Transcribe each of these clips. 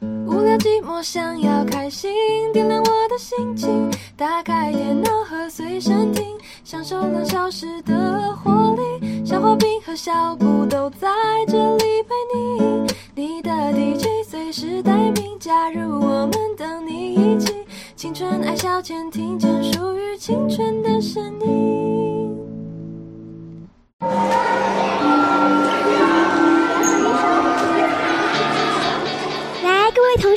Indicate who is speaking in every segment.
Speaker 1: 掉寂寞，想要开心，点亮我的心情。打开电脑和随身听，享受两小时的活力。小花瓶和小布都在这里陪你，你的 DJ 随时待命，加入我们，等你一起。青春爱消遣，听见属于青春的声音。
Speaker 2: 来，各位同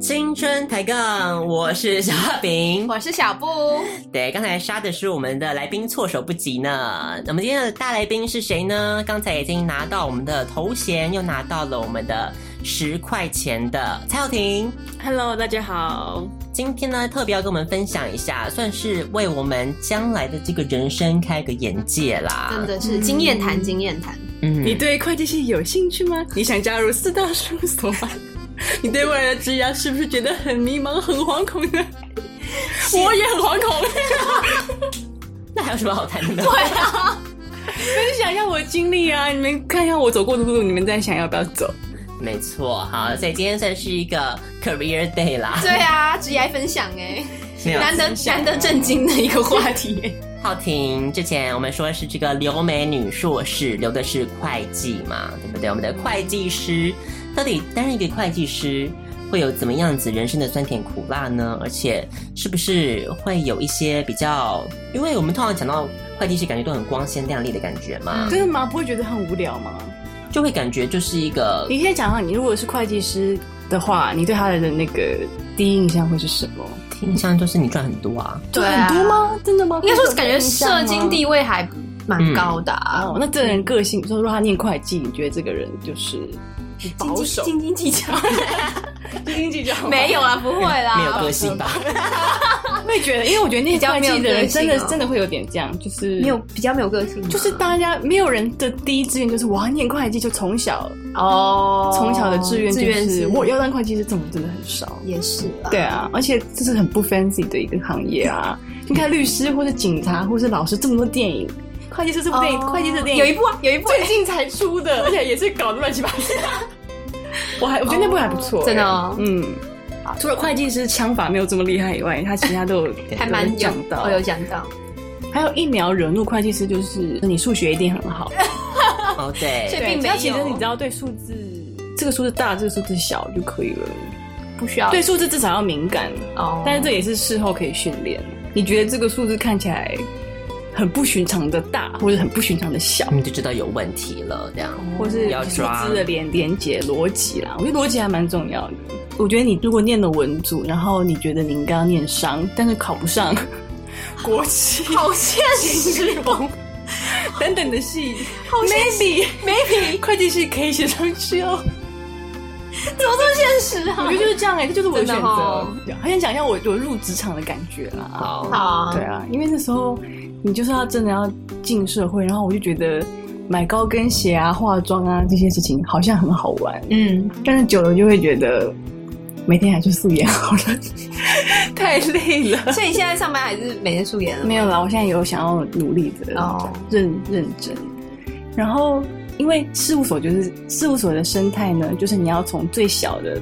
Speaker 3: 青春抬杠，我是小画饼。
Speaker 4: 我是小布，
Speaker 3: 对，刚才杀的是我们的来宾措手不及呢。那么今天的大来宾是谁呢？刚才已经拿到我们的头衔，又拿到了我们的十块钱的蔡耀廷。
Speaker 5: Hello，大家好。
Speaker 3: 今天呢，特别要跟我们分享一下，算是为我们将来的这个人生开个眼界啦。
Speaker 4: 真，的是经验谈，经验谈。
Speaker 3: 嗯，
Speaker 5: 你对会计系有兴趣吗？你想加入四大事务所 吗？你对未来的职业是不是觉得很迷茫、很惶恐呢？我也很惶 恐。
Speaker 3: 那还有什么好谈的？
Speaker 5: 分享一下我的经历啊，你们看一下我走过的路，你们再想要不要走？
Speaker 3: 没错，好，所以今天算是一个 career day 啦。
Speaker 4: 对啊，职业分享哎，
Speaker 3: 没有
Speaker 4: 难得难得震惊的一个话题哎。
Speaker 3: 浩婷，之前我们说是这个留美女硕士，留的是会计嘛，对不对？我们的会计师到底担任一个会计师会有怎么样子人生的酸甜苦辣呢？而且是不是会有一些比较？因为我们通常讲到会计师，感觉都很光鲜亮丽的感觉
Speaker 4: 嗯
Speaker 3: 嘛，
Speaker 5: 真的吗？不会觉得很无聊吗？
Speaker 3: 就会感觉就是一个
Speaker 5: 你可以讲啊，你如果是会计师的话，你对他的那个第一印象会是什么？
Speaker 3: 印象就是你赚很多啊，
Speaker 4: 对啊
Speaker 5: 很多吗？真的吗？
Speaker 4: 应该说是感觉社经
Speaker 5: 地。
Speaker 4: 地位还蛮高的啊。
Speaker 5: 哦，那这个人个性，就是说他念会计，你觉得这个人就是保守、
Speaker 4: 斤斤计较，
Speaker 5: 斤斤计较吗？
Speaker 4: 没有啊，不会啦，
Speaker 3: 没有个性吧？
Speaker 5: 会觉得，因为我觉得念会计的人真
Speaker 4: 比较没有个
Speaker 5: 的
Speaker 4: 性哦
Speaker 5: 真的会有点这样，就是
Speaker 4: 没有比较没有个性吗，
Speaker 5: 就是大家没有人的第一志愿就是我要念会计，就从小
Speaker 4: 哦，
Speaker 5: 从小的志愿
Speaker 4: 志
Speaker 5: 就
Speaker 4: 愿
Speaker 5: 是
Speaker 4: 是
Speaker 5: 我要当会计师，这种真的很少。
Speaker 4: 也是吧？
Speaker 5: 对啊，而且这是很不 fancy 的一个行业啊！你看律师或者警察或是老师这么多电影，会计师这部
Speaker 4: 哦，
Speaker 5: 电影，会计师的电影
Speaker 4: 有一部啊，有一部
Speaker 5: 最近才出 的，而且也是搞得乱七八糟。 我还我觉得那部还不错、
Speaker 4: 真的哦
Speaker 5: 嗯，除了会计师枪法没有这么厉害以外，他其他都有
Speaker 4: 还蛮
Speaker 5: 都有
Speaker 4: 有
Speaker 5: 讲，到
Speaker 4: 我。有讲到，
Speaker 5: 还有一秒惹怒会计师，就是你数学一定很好，
Speaker 3: 哦，
Speaker 4: 所以
Speaker 3: 对，
Speaker 4: 并没
Speaker 5: 只
Speaker 4: 有
Speaker 5: 要其实你只要对数字，这个数字大，这个数字小就可以了。
Speaker 4: 不需要
Speaker 5: 对数字至少要敏感，
Speaker 4: 哦，
Speaker 5: 但是这也是事后可以训练。你觉得这个数字看起来很不寻常的大，或者很不寻常的小，
Speaker 3: 你就知道有问题了，这样。
Speaker 5: 或是
Speaker 3: 要
Speaker 5: 数
Speaker 3: 抓
Speaker 5: 字的连连接逻辑啦，我觉得逻辑还蛮重要的。我觉得你如果念了文组，然后你觉得你应该要念商，但是考不 上国企、
Speaker 4: 好现实哦，
Speaker 5: 等等的系
Speaker 4: 好现实
Speaker 5: ，maybe
Speaker 4: ，maybe
Speaker 5: 会计系可以写上 去哦。
Speaker 4: 怎么这么现实
Speaker 5: 我
Speaker 4: 啊
Speaker 5: 觉得？就是这样哎、这就是我的
Speaker 4: 真
Speaker 5: 选
Speaker 4: 的
Speaker 5: 择。
Speaker 4: 哦
Speaker 5: 很想讲一下我我入职场的感觉啦。
Speaker 3: 好，
Speaker 4: 好啊
Speaker 5: 对，啊，因为那时候你就是要真的要进社会，然后我就觉得买高跟鞋啊、化妆啊这些事情好像很好玩，
Speaker 4: 嗯，
Speaker 5: 但是久了就会觉得每天还是素颜好了，太累 了。
Speaker 4: 所以你现在上班还是每天素颜了吗？啊
Speaker 5: 哦没有啦，我现在有想要努力的
Speaker 4: 哦
Speaker 5: 认认真。然后，因为事务所就是事务所的生态呢，就是你要从最小的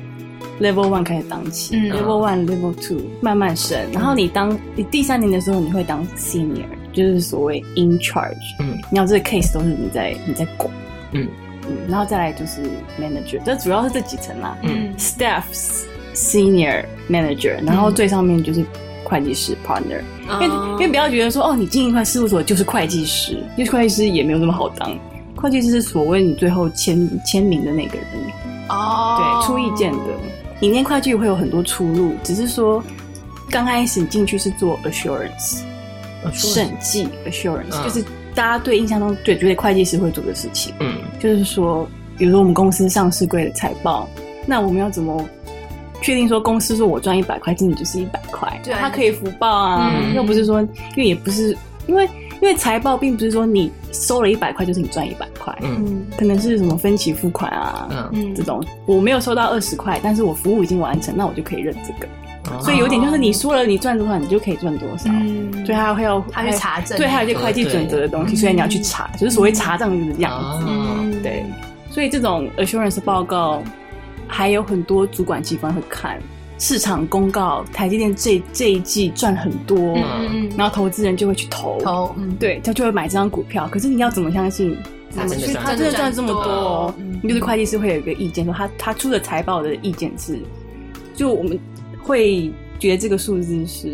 Speaker 5: level one 开始当起、
Speaker 4: 嗯
Speaker 5: l e v e l one、level two 慢慢升，然后你当你第三年的时候，你会当 senior，就是所谓 in charge，
Speaker 3: 嗯，
Speaker 5: 你要这个 case 都是你在你在管，
Speaker 3: 嗯
Speaker 5: 嗯，然后再来就是 manager，这主要是这几层啦，
Speaker 3: 嗯
Speaker 5: ，staff、senior、manager，然后最上面就是会计师 partner，、因
Speaker 4: 哦
Speaker 5: 为因为不要觉得说哦，你进一块事务所就是会计师，因为会计师也没有那么好当。会计师是所谓你最后签签名的那个人，
Speaker 4: 哦
Speaker 5: 对，出意见的。你念会计会有很多出路，只是说刚开始进去是做 assurance 审计 assurance，、
Speaker 3: 嗯
Speaker 5: 就是大家对印象中对觉得会计师会做的事情。
Speaker 3: 嗯
Speaker 5: 就是说，比如说我们公司上市柜的财报，那我们要怎么确定说公司说我赚一百块，经理就是一百块？
Speaker 4: 对
Speaker 5: 它可以福报啊，
Speaker 3: 嗯
Speaker 5: 又不是说，因为也不是因为因为财报并不是说你收了一百块就是你赚一百块，
Speaker 3: 嗯
Speaker 4: 嗯
Speaker 5: 可能是什么分期付款啊。
Speaker 3: 嗯，
Speaker 4: 嗯
Speaker 5: 这种我没有收到二十块，但是我服务已经完成，那我就可以认这个。
Speaker 3: 嗯哦
Speaker 5: 所以有点就是你说了你赚多少，你就可以赚多少。
Speaker 4: 嗯，
Speaker 5: 所以他会要
Speaker 4: 他去查证，
Speaker 5: 对，还有一些会计准则的东西，
Speaker 4: 对嗯
Speaker 5: 所以你要去查，就是所谓查账的样子。
Speaker 3: 哦，
Speaker 5: 对，所以这种 assurance 报告还有很多主管机关会看，市场公告，台积电这这一季赚很多，
Speaker 4: 嗯嗯嗯，
Speaker 5: 然后投资人就会去投，
Speaker 4: 头嗯
Speaker 5: 对，他就会买这张股票。可是你要怎么相信？
Speaker 3: 他真的
Speaker 5: 去
Speaker 3: 赚
Speaker 5: 他真的赚这么
Speaker 4: 真的赚
Speaker 5: 多、哦
Speaker 4: 嗯？
Speaker 5: 你就是会计师会有一个意见，说他他出的财报的意见是，就我们会觉得这个数字是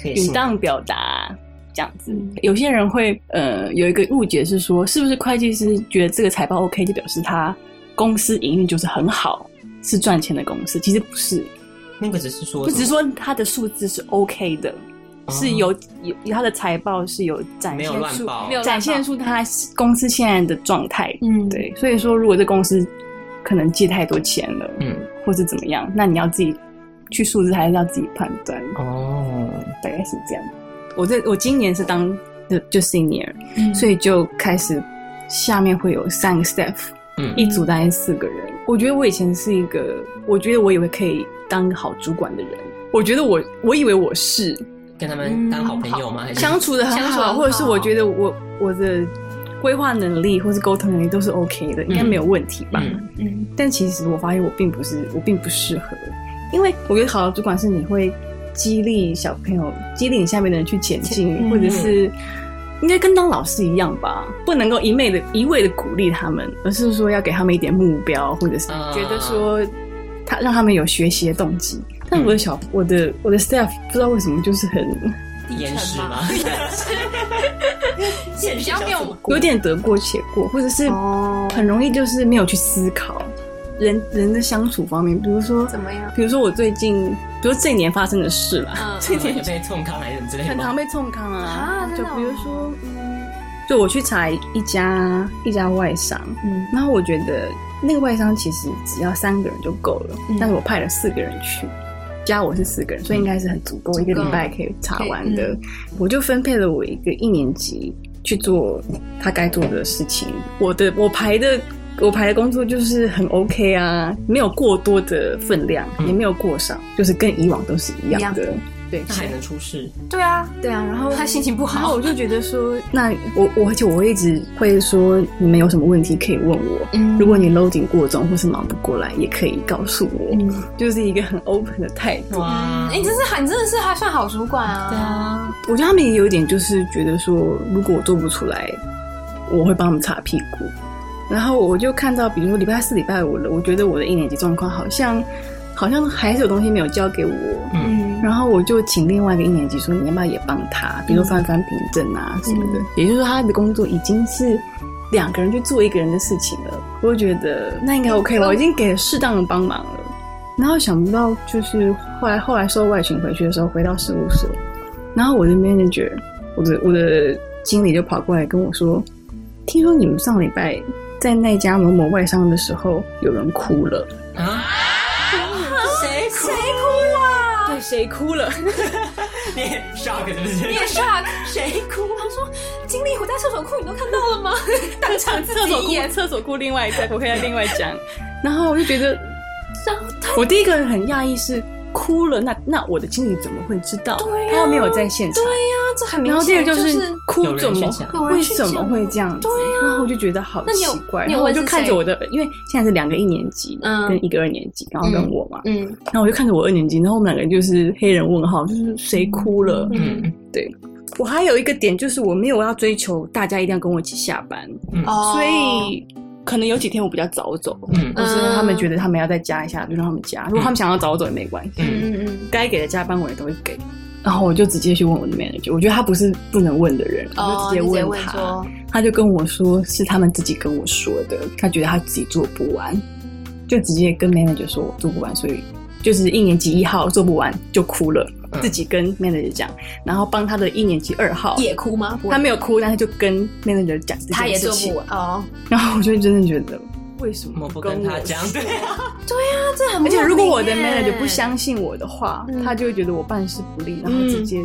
Speaker 3: 可以
Speaker 5: 允
Speaker 3: 信
Speaker 5: 当表达这样子
Speaker 4: 嗯。
Speaker 5: 有些人会呃有一个误解是说，是不是会计师觉得这个财报 OK 就表示他公司营运就是很好，是赚钱的公司？其实不是，
Speaker 3: 那个只是说什么，
Speaker 5: 就只是说他的数字是 OK 的，
Speaker 3: 哦
Speaker 5: 是有有他的财报是有展
Speaker 3: 没
Speaker 5: 现
Speaker 3: 有乱
Speaker 5: 出
Speaker 3: 报
Speaker 4: 没有
Speaker 5: 展现出他公司现在的状态。
Speaker 4: 嗯
Speaker 5: 对，所以说如果这公司可能借太多钱了，
Speaker 3: 嗯
Speaker 5: 或是怎么样，那你要自己去数字还是要自己判断。
Speaker 3: 哦，
Speaker 5: 大概是这样。我这我今年是当就就 senior，、
Speaker 4: 嗯
Speaker 5: 所以就开始下面会有三个 staff，
Speaker 3: 嗯
Speaker 5: 一组大概四个人。我觉得我以前是一个，我觉得我以为可以当个好主管的人，我觉得我我以为我是
Speaker 3: 跟他们当好朋友吗？还是
Speaker 5: 相处的很
Speaker 4: 嗯相处
Speaker 5: 好，
Speaker 4: 得很好
Speaker 5: 或者是我觉得我我的规划能力或是沟通能力都是 OK 的，应该没有问题吧？
Speaker 3: 嗯
Speaker 4: 嗯
Speaker 5: 但其实我发现我并不是，我并不适合，因为我觉得好的主管是你会激励小朋友，激励你下面的人去前进，
Speaker 4: 前嗯
Speaker 5: 或者是应该跟当老师一样吧，不能够一昧的一味的鼓励他们，而是说要给他们一点目标，或者是
Speaker 4: 嗯
Speaker 3: 啊
Speaker 5: 觉得说他让他们有学习的动机。但
Speaker 4: 嗯
Speaker 5: 我的小我的我的 staff 不知道为什么就是很
Speaker 3: 延时吗？
Speaker 4: 嗯 是比较没有
Speaker 5: 有点得过且过，或者是
Speaker 4: 哦
Speaker 5: 很容易就是没有去思考人人的相处方面，比如说
Speaker 4: 怎么样？
Speaker 5: 比如说我最近，比如说这年发生的事啦，
Speaker 4: 嗯
Speaker 3: 这点被痛康还是什么之类的
Speaker 5: 很
Speaker 3: 吗
Speaker 5: 常？被冲康啊
Speaker 4: 啊真
Speaker 5: 就
Speaker 4: 的哦
Speaker 5: 比如说，就我去查一家一家外商，
Speaker 4: 嗯
Speaker 5: 然后我觉得那个外商其实只要三个人就够了，
Speaker 4: 嗯
Speaker 5: 但是我派了四个人去。加我是四个人，所以应该是很足够，一个礼拜可以查完的。
Speaker 4: 嗯
Speaker 5: 我就分配了我一个一年级去做他该做的事情。我的我排的我排的工作就是很 OK 啊，没有过多的分量，
Speaker 3: 嗯
Speaker 5: 也没有过少，就是跟以往都是一样的。对，
Speaker 3: 那还能出事？
Speaker 4: 对啊，
Speaker 5: 对啊，然后
Speaker 4: 他心情不
Speaker 5: 然后
Speaker 4: 好，
Speaker 5: 我就觉得说，那我我而且我会一直会说，你们有什么问题可以问我。
Speaker 4: 嗯
Speaker 5: 如果你 loading 过重或是忙不过来，也可以告诉我，就是一个很 open 的态度。
Speaker 3: 哇
Speaker 4: 哎，你真是很真的是还算好主管啊，对啊，
Speaker 5: 我觉得他们也有一点就是觉得说，如果我做不出来，我会帮他们擦屁股。然后我就看到，比如说礼拜四、礼拜五了，我觉得我的一年级状况好像好像还是有东西没有交给我，
Speaker 4: 嗯
Speaker 5: 然后我就请另外一个一年级说，你要不要也帮他，比如说翻翻凭证啊什么的。也就是说，他的工作已经是两个人去做一个人的事情了。我就觉得那应该 OK 了，我已经给了适当的帮忙了。然后想不到，就是后来后来收外勤回去的时候，回到事务所，然后我的 manager，我的我的经理就跑过来跟我说，听说你们上礼拜在那家某某外商的时候，有人哭了。
Speaker 3: 啊！谁哭？
Speaker 4: 啊
Speaker 5: 对，谁哭了？
Speaker 3: 你也 shock 是不是？
Speaker 4: 你也 shock，谁哭？他说经理我在厕所哭，你都看到了吗？ 当场自
Speaker 5: 厕所
Speaker 4: 己
Speaker 5: 哭，
Speaker 4: 演，
Speaker 5: 厕所哭，另外一个，我可以再另外讲。然后我就 觉得，我第一个很讶异是哭了，那那我的经理怎么会知道？
Speaker 4: 对啊
Speaker 5: 他又没有在现场。
Speaker 4: 对呀，这很明
Speaker 5: 然后第二
Speaker 4: 显
Speaker 5: 个
Speaker 4: 是，
Speaker 5: 是哭
Speaker 3: 有，人
Speaker 5: 怎么
Speaker 3: 去抢
Speaker 4: 有人
Speaker 5: 为
Speaker 4: 去
Speaker 5: 什么
Speaker 4: 抢
Speaker 5: 会这样子？
Speaker 4: 对啊
Speaker 5: 然后我就觉得好
Speaker 4: 那你有
Speaker 5: 奇怪，
Speaker 4: 你有
Speaker 5: 然后我
Speaker 4: 问
Speaker 5: 就是看着
Speaker 4: 谁
Speaker 5: 我的，因为现在是两个一年级
Speaker 4: 嗯
Speaker 5: 跟一个二年级，然后跟我嘛，
Speaker 4: 嗯，
Speaker 5: 然后我就看着我二年级，然后我们两个就是黑人问号，就是谁哭了？
Speaker 3: 嗯
Speaker 5: 我还有一个点就是我没有要追求大家一定要跟我一起下班，
Speaker 4: 哦
Speaker 5: 所以可能有几天我比较早走，
Speaker 3: 嗯
Speaker 5: 或是他们觉得他们要再加一下，就让他们加。如果他们想要早走也没关系，
Speaker 3: 嗯
Speaker 4: 嗯嗯
Speaker 5: 该给的加班我也都会给。然后我就直接去问我的 manager，我觉得他不是不能问的人，
Speaker 4: 哦，
Speaker 5: 我就直接
Speaker 4: 你
Speaker 5: 问
Speaker 4: 问
Speaker 5: 他，
Speaker 4: 说，
Speaker 5: 他就跟我说是他们自己跟我说的，他觉得他自己做不完，就直接跟 manager 说我做不完，所以就是一年级一号做不完就哭了，
Speaker 3: 嗯
Speaker 5: 自己跟 manager 讲，然后帮他的一年级二号
Speaker 4: 也哭吗？不会
Speaker 5: 他没有哭，但是就跟 manager 讲这件事情，
Speaker 4: 他也做不完哦。
Speaker 5: 然后我就真的觉得，为什
Speaker 3: 我
Speaker 5: 么
Speaker 3: 不跟
Speaker 5: 跟我
Speaker 3: 他讲，
Speaker 5: 说
Speaker 4: 那这很
Speaker 5: 而
Speaker 4: 莫名
Speaker 5: 且
Speaker 4: 耶，
Speaker 5: 如果我的 manager 不相信我的话，
Speaker 4: 嗯
Speaker 5: 他就会觉得我办事不力，然后直接，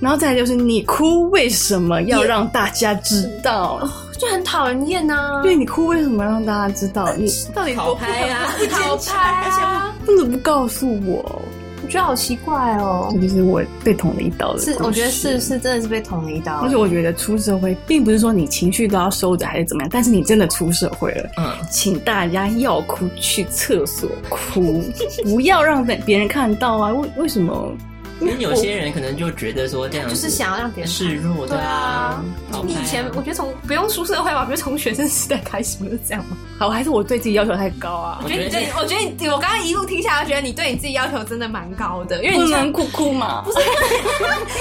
Speaker 5: 然后再来就是你哭为什么要让大家知道？
Speaker 4: 就很讨人厌呐。
Speaker 5: 对，你哭为什么要让大家知道？
Speaker 4: 呃
Speaker 5: 你到底
Speaker 3: 好
Speaker 5: 多
Speaker 3: 拍啊，
Speaker 4: 哎好拍啊！
Speaker 5: 不能不告诉我？
Speaker 4: 我觉得好奇怪哦
Speaker 5: 这。就是我被捅了一刀的。
Speaker 4: 是，我觉得是。是，真的是被捅了一刀。
Speaker 5: 而且我觉得出社会，并不是说你情绪都要收着还是怎么样，但是你真的出社会了，
Speaker 3: 嗯，
Speaker 5: 请大家要哭去厕所哭，不要让别别人看到啊！为为什么？
Speaker 3: 因为有些人可能就觉得说这样
Speaker 4: 就
Speaker 3: 子
Speaker 4: 是想要让别人看
Speaker 3: 示弱，
Speaker 4: 对啊
Speaker 3: 啊，好
Speaker 4: 你
Speaker 3: 拍啊
Speaker 4: 以前我觉得从不用出社会吧，我觉得从学生时代开始不是这样吗？
Speaker 5: 好，还是我对自己要求太高啊
Speaker 4: 我
Speaker 3: 我？
Speaker 4: 觉得你
Speaker 3: 觉得
Speaker 4: 对，我觉得你，我刚刚一路听下来，觉得你对你自己要求真的蛮高的，因为
Speaker 5: 不
Speaker 4: 你像
Speaker 5: 能哭哭嘛？不是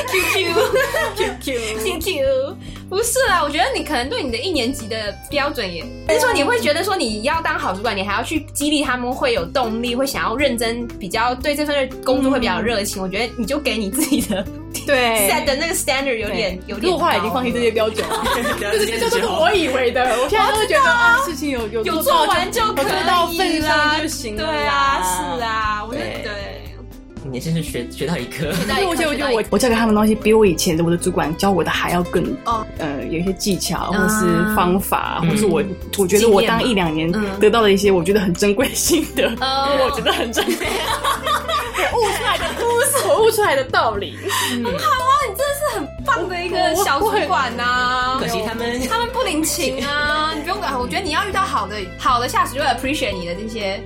Speaker 4: QQ QQ QQ，不是啦，我觉得你可能对你的一年级的标准也，就是说你会觉得说你要当好主管，你还要去激励他们会有动力，会想要认真，比较对这份工作会比较有热情。我觉得你就给你自己 的
Speaker 5: 对
Speaker 4: set 的那个 standard 有点有点
Speaker 5: 我后来已经
Speaker 4: 高
Speaker 5: 放弃这
Speaker 4: 了
Speaker 5: 些标准了，
Speaker 3: 这
Speaker 5: 就是这都是我以为的， 我现在都会觉得啊，事情有有
Speaker 4: 有
Speaker 5: 做
Speaker 4: 做
Speaker 5: 到
Speaker 4: 完就可
Speaker 5: 有做到
Speaker 4: 以
Speaker 5: 份
Speaker 4: 啦
Speaker 5: 上就行了
Speaker 4: 对
Speaker 5: 啦。
Speaker 4: 啊，是啊，我觉得
Speaker 3: 对
Speaker 4: 对。
Speaker 3: 你真是学学到一课，
Speaker 4: 到
Speaker 5: 因为我觉得，我
Speaker 4: 学
Speaker 5: 觉
Speaker 4: 到
Speaker 5: 得我我教给他们的东西，比我以前的我的主管教我的还要更，
Speaker 4: 哦啊
Speaker 5: 呃，有一些技巧或是方法，或是我我觉得
Speaker 4: 经验
Speaker 5: 我
Speaker 4: 嘛
Speaker 5: 当一两年
Speaker 4: 嗯
Speaker 5: 得到的一些我觉得很珍贵的心得，
Speaker 4: 哦
Speaker 5: 我觉得很珍贵， 我悟出来的我悟出来的道理，
Speaker 4: 棒的一个小主管啊呐、
Speaker 3: 可惜他们
Speaker 4: 他们不领情 啊，你不用管。我觉得你要遇到好的好的下属，就会 appreciate 你的这些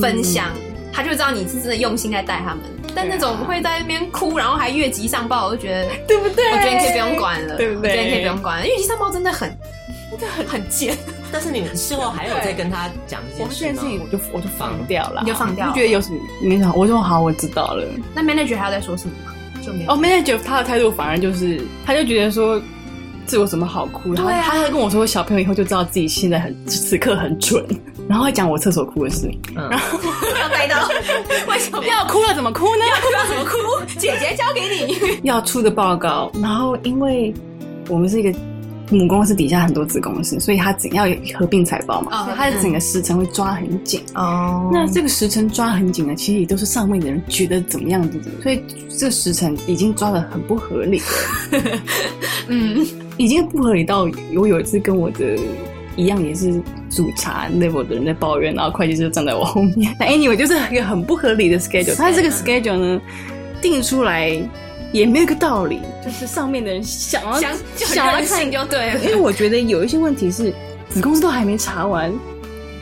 Speaker 4: 分享，他就知道你是真的用心在带他们。但那种会在那边哭，然后还越级上报，我就觉 得，
Speaker 5: 对不对？
Speaker 4: 我觉得你可以不用管了，
Speaker 5: 对不对
Speaker 4: 我觉得你可以不用管了，越级上报真的很，很很贱，
Speaker 3: 但是你事后还有再跟他讲这
Speaker 5: 我
Speaker 3: 件事
Speaker 5: 这件事
Speaker 3: 吗
Speaker 5: 情？我就我就放掉了，
Speaker 4: 嗯你就放掉
Speaker 5: 我觉得有什么没啥，我说好，我知道了。
Speaker 4: 那 manager 还要再说什么吗？就没有。
Speaker 5: 哦，manager 他的态度反而就是，他就觉得说，这有什么好哭的？
Speaker 4: 对啊
Speaker 5: 他他跟我说，我小朋友以后就知道自己现在很此刻很蠢，然后还讲我厕所哭的事，
Speaker 4: 哦
Speaker 3: 嗯
Speaker 4: 要带 到，为什么要
Speaker 5: 要哭了怎么哭呢？
Speaker 4: 不要怎么哭？姐姐交给你。
Speaker 5: 要出的报告，然后因为我们是一个。母公司底下很多子公司，所以他整要合并财报嘛，
Speaker 4: 哦
Speaker 5: 所以他的
Speaker 4: 嗯
Speaker 5: 整个时程会抓很紧。
Speaker 4: 哦
Speaker 5: 那这个时辰抓很紧呢，其实也都是上面的人觉得怎么样子，所以这时辰已经抓的很不合理了。
Speaker 4: 嗯，
Speaker 5: 已经不合理到我有一次跟我的一样也是主查 level 的人在抱怨，然后会计师就站在我后面。 那 anyway 就是一个很不合理的 schedule，他这个 schedule 呢定出来也没有一个道理，就是上面的人想要
Speaker 4: 想就
Speaker 5: 想要
Speaker 4: 很任
Speaker 5: 看
Speaker 4: 性就对了
Speaker 5: 因，为我觉得有一些问题是子公司都还没查完，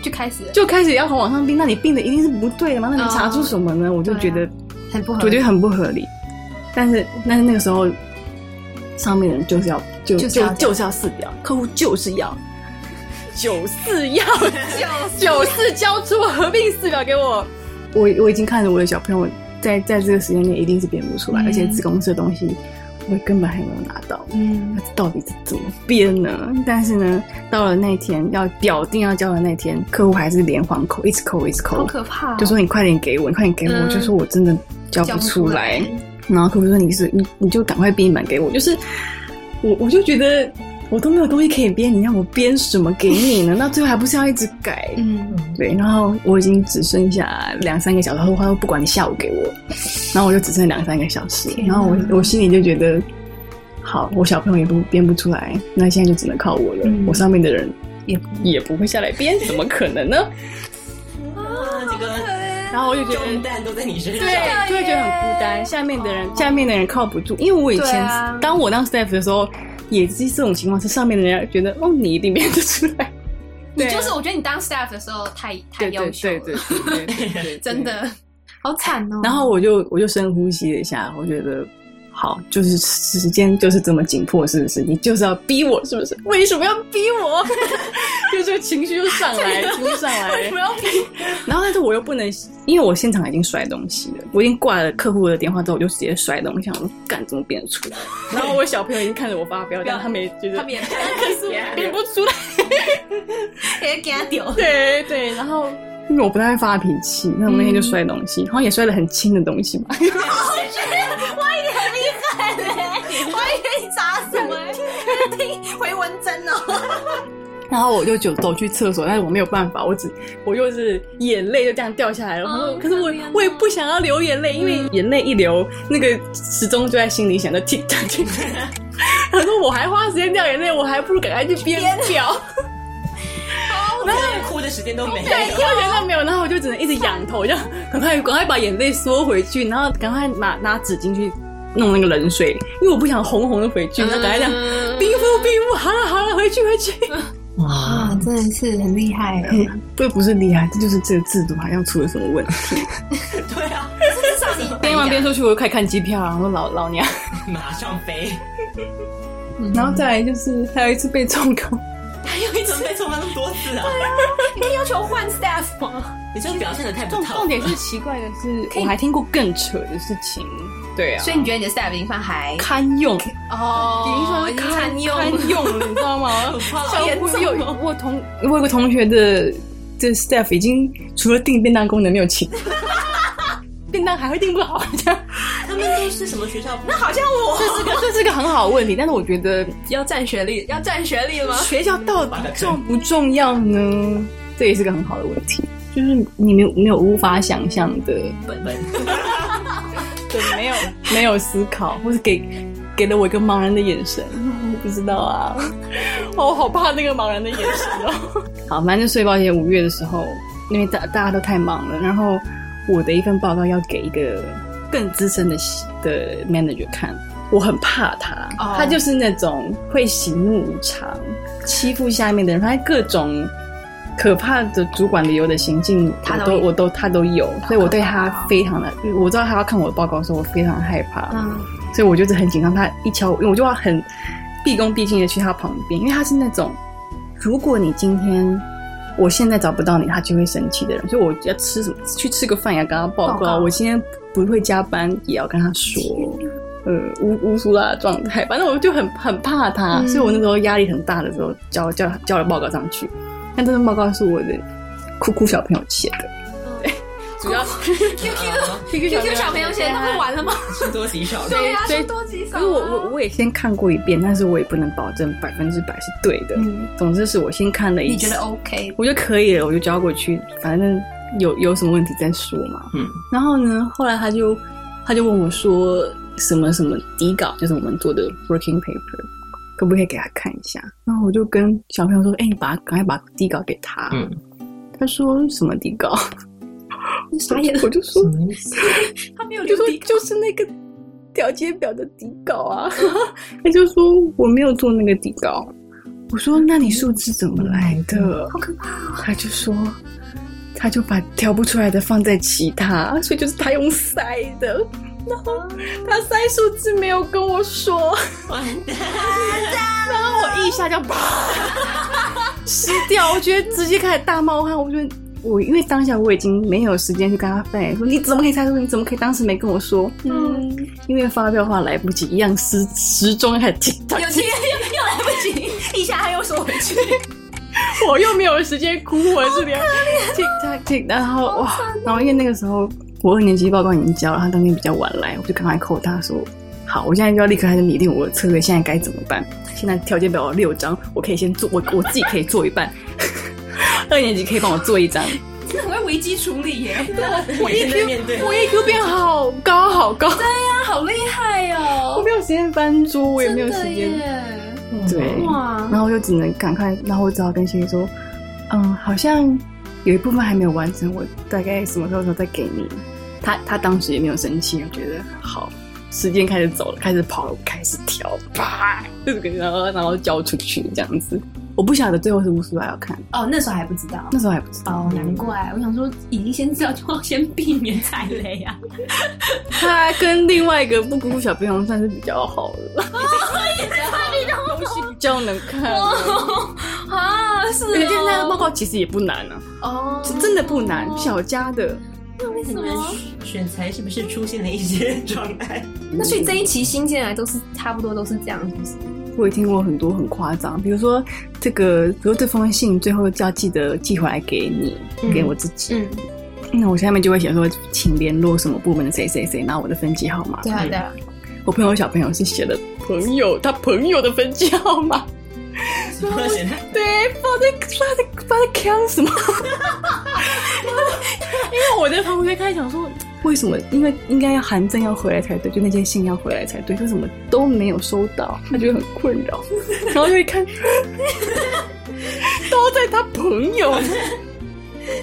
Speaker 4: 就开始
Speaker 5: 就开始要往上并，那你并的一定是不对的嘛？那你查出什么呢？我就觉得、
Speaker 4: 很不
Speaker 5: 我觉得很不合理。但是，但是那个时候，上面的人就是要就
Speaker 4: 就是要
Speaker 5: 就就是要四表，客户就是要 九四 要九四交出合并四表给我。我我已经看着我的小朋友在在这个时间内一定是编不出来，而且子公司的东西我根本还没有拿到。
Speaker 4: 嗯
Speaker 5: 那到底是怎么编呢？但是呢，到了那一天要表定要交的那天，客户还是连环扣，一直扣，一直扣，
Speaker 4: 好可怕哦、
Speaker 5: 就说你快点给我，你快点给我，
Speaker 4: 嗯
Speaker 5: 就说我真的交
Speaker 4: 交
Speaker 5: 不
Speaker 4: 不出
Speaker 5: 出来。
Speaker 4: 来
Speaker 5: 然后客户说你是你你就赶快编一版给我，就是我我就觉得我都没有东西可以编，你让我编什么给你 呢？那最后还不是要一直改？
Speaker 4: 嗯，
Speaker 5: 对，然后我已经只剩下两三个小时，他说他说不管你下午给我，然后我就只剩两三个小时，然后我我心里就觉得，好，我小朋友也不编不出来，那现在就只能靠我了，
Speaker 4: 嗯
Speaker 5: 我上面 的人也也不会下来编，怎么可能呢？
Speaker 3: 啊，这个
Speaker 5: 然后我就觉得
Speaker 3: 重担都在你身上。
Speaker 5: 对，就会觉得很孤单。下面的人，下面的人靠不住，因为我以
Speaker 4: 哦对
Speaker 5: 前、
Speaker 4: 啊
Speaker 5: 当我当 staff 的时候，也是这种情况，是上面的人觉得哦，你一定变得出来。
Speaker 4: 你就是我觉得你当 staff 的时候太太
Speaker 5: 对
Speaker 4: 优
Speaker 5: 对
Speaker 4: 秀了，
Speaker 5: 啊对对对对对对对，
Speaker 4: 真。的好惨哦。
Speaker 5: 然后我就我就深呼吸了一下，我觉得好，就是时间就是这么紧迫，是不是？你就是要逼我，是不是？为什么要逼我？ 就这个情绪就上 来，情绪上来。
Speaker 4: 为什么要逼？
Speaker 5: 然后，但是我又不能，因为我现场已经摔东西了，我已经挂了客户的电话之后，我就直接摔东西，想说干怎么变得出来？然后我小朋友已经看着我发飙，但啊他们也觉得
Speaker 4: 他们也看不
Speaker 5: 变不出来。
Speaker 4: 也给他 丢。
Speaker 5: 对对，然后因为我不太会发脾气，那我那天就摔东西，然后也摔了很轻的东西吧。
Speaker 4: 我还以为你砸什 么、听回文针哦。
Speaker 5: 然后我就走走去厕所，但是我没有办法，我只我就是眼泪就这样掉下来了。然后可是我我也不想要流眼泪，因为眼泪一流，那个时钟就在心里响着 tick tock tick tock。然后我还花时间掉眼泪，我还不如赶快去编表。
Speaker 3: 然后哭的时间都没有。
Speaker 5: 对，因为人都没有，然后我就只能一直仰头，就赶快赶快把眼泪缩回去，然后赶快拿拿纸巾去弄那个冷水，因为我不想红红的回去，然后赶快这样冰敷冰敷，好了好了，回去回去。
Speaker 3: 哇，
Speaker 4: 真的是很厉害， 欸
Speaker 5: 这不是厉害，这就是这个制度好像出了什么问题。
Speaker 3: 对啊，
Speaker 4: 至少你
Speaker 5: 边 玩边出去，我就开始看机票，然后老老娘，
Speaker 3: 马上飞。
Speaker 5: 然后再来就是还有一次被重口，
Speaker 3: 还有一次被重犯那么多次啊！
Speaker 4: 你可以要求换 staff 吗？
Speaker 3: 你这个表现的太不
Speaker 5: 重
Speaker 3: 透。
Speaker 5: 重点是奇怪的 是，我还听过更扯的事情。对啊，
Speaker 4: 所以你觉得你的 staff 已经算还
Speaker 5: 堪用，
Speaker 4: 哦，
Speaker 5: 已
Speaker 4: 已
Speaker 5: 经
Speaker 4: 经
Speaker 5: 算
Speaker 4: 堪
Speaker 5: 是
Speaker 4: 用，
Speaker 5: 堪用了，你知道吗？像
Speaker 4: 严
Speaker 5: 我
Speaker 4: 重
Speaker 5: 有我有同我有个同学的这 staff 已经除了订便当功能没有其他，便当还会订不好，这样
Speaker 3: 啊他们都是什么学校？那
Speaker 4: 好像我
Speaker 5: 这是个这是个很好的问题，但是我觉得
Speaker 4: 要占学历，要占学历吗？
Speaker 5: 学校到底重不重要呢？这也是个很好的问题，就是你没有没有无法想象的，
Speaker 3: 本本，
Speaker 5: 对，没有 没有思考，或是给给了我一个茫然的眼神，我不知道啊， 哦，我好怕那个茫然的眼神哦。 好，反正睡报节五月的时候，因为大大家都太忙了，然后我的一份报告要给一个更资深的的 manager 看。我很怕他
Speaker 4: 哦
Speaker 5: 他就是那种会喜怒无常，欺负下面的人，他各种可怕的主管的有的行径，
Speaker 4: 他
Speaker 5: 我
Speaker 4: 都
Speaker 5: 都
Speaker 4: 有
Speaker 5: 我都他都有，所以我对他非常的，我知道他要看我的报告的时候，我非常害怕，
Speaker 4: 嗯
Speaker 5: 所以我就是很紧张。他一敲，因为我就要很毕恭毕敬的去他旁边，因为他是那种，如果你今天我现在找不到你，他就会生气的人，所以我要吃什么去吃个饭也要跟他报
Speaker 4: 报
Speaker 5: 告，
Speaker 4: 告
Speaker 5: 我今天不会加班也要跟他说。呃，乌乌苏拉的状态，反正我就很很怕他，
Speaker 4: 嗯
Speaker 5: 所以我那时候压力很大的时候，交交交了报告上去，但这份报告是我的酷酷小朋友写的，
Speaker 3: 主要 QQ
Speaker 4: QQ 小朋友写的那么晚了吗？
Speaker 3: 啊是多极少的。
Speaker 4: 对啊，
Speaker 5: 所以
Speaker 4: 说多几少
Speaker 5: 可
Speaker 4: 啊？
Speaker 5: 是我我我也先看过一遍，但是我也不能保证百分之百是对的。总之是我先看了一
Speaker 4: 你
Speaker 5: 次，
Speaker 4: 觉得哦 OK？
Speaker 5: 我就可以了，我就交过去，反正有有什么问题再说嘛。
Speaker 3: 嗯，
Speaker 5: 然后呢，后来他就他就问我说什么什么底稿，就是我们做的 working paper，可不可以给他看一下？然后我就跟小朋友说，哎、你把它赶快把底稿给他。
Speaker 3: 嗯，
Speaker 5: 他说什么底稿？傻眼，我就说
Speaker 4: 他没有
Speaker 5: 我就
Speaker 4: 留
Speaker 5: 说
Speaker 4: 底，
Speaker 5: 就是那个调节表的底稿啊，
Speaker 4: 嗯
Speaker 5: 他就说我没有做那个底稿。我说那你数字怎么来的？好可怕、
Speaker 4: 啊
Speaker 5: 他就说，他就把调不出来的放在其他，所以就是他用塞的。然后
Speaker 4: 嗯
Speaker 5: 他塞数字没有跟我说，然后我一下就啪 湿掉，我觉得直接开始大冒汗。我觉得我因为当下我已经没有时间去跟他翻脸，说你怎么可以猜出？你怎么可以当时没跟我说？嗯，因为发飙话来不及，一样时时钟还停，
Speaker 4: 有听又又来不及，一下他又说回去，
Speaker 5: 我又没有时间哭，我是连 tick
Speaker 4: 啊
Speaker 5: tock tick，然后哇，然后因为那个时候我二年级报告已经交了，他当天比较晚来，我就赶快扣他说。好，我现在就要立刻开始拟定我的策略，现在该怎么办？现在条件表有六张，我可以先做，我我自己可以做一半， 二年级可以帮我做一张，
Speaker 4: 真的很会危机处理耶，
Speaker 3: 我也在面对。
Speaker 5: 我 EQ 变好高好高，
Speaker 4: 他好厉害
Speaker 5: 我
Speaker 4: 哦，
Speaker 5: 没有时间翻桌，我也没有时间
Speaker 4: 真的耶
Speaker 5: 对，
Speaker 4: 哇，
Speaker 5: 呃然后我就只能赶快，然后我只好跟心怡说，嗯，好像有一部分还没有完成，我大概什么时候再给你？他他当时也没有生气，我觉得好，时间开始走了，开始跑了，开始跳，啪，就是给然后然后交出去这样子。我不晓得最后是乌苏拉要看，
Speaker 4: 哦，那时候还不知道。
Speaker 5: 那时候还不知道。
Speaker 4: 哦，难怪！我想说，已经先知道就要先避免踩雷啊。
Speaker 5: 他跟另外一个布谷谷小冰糖算是比较好的，东西比较能看。
Speaker 4: 啊，是
Speaker 5: 而且那个报
Speaker 4: 哦。
Speaker 5: 告其实也不难啊，
Speaker 4: 哦，
Speaker 5: 是真的不难，小家的。
Speaker 3: 那你们选选材是不是出现了一些 障碍？
Speaker 4: 那所以这一期新进来都是差不多都是这样，是不是？
Speaker 5: 我也听过很多很夸张，比如说这个，比如说这封信最后就要记得寄回来给你，
Speaker 4: 嗯
Speaker 5: 给我自己。
Speaker 4: 嗯，
Speaker 5: 那我下面就会写说，请联络什么部门的谁谁谁，然后我的分机号码。
Speaker 4: 对啊，对啊。
Speaker 5: 我朋友小朋友是写的朋友，他朋友的分机号码。
Speaker 3: 什么选材
Speaker 5: 对，不知道在不知道在不知道在扛什么。 因为我在旁边开始想说，为什么？因为应该要韩正要回来才对，就那件信要回来才对，为什么都没有收到？他觉得很困扰， 然后就一看， 都在他朋 友。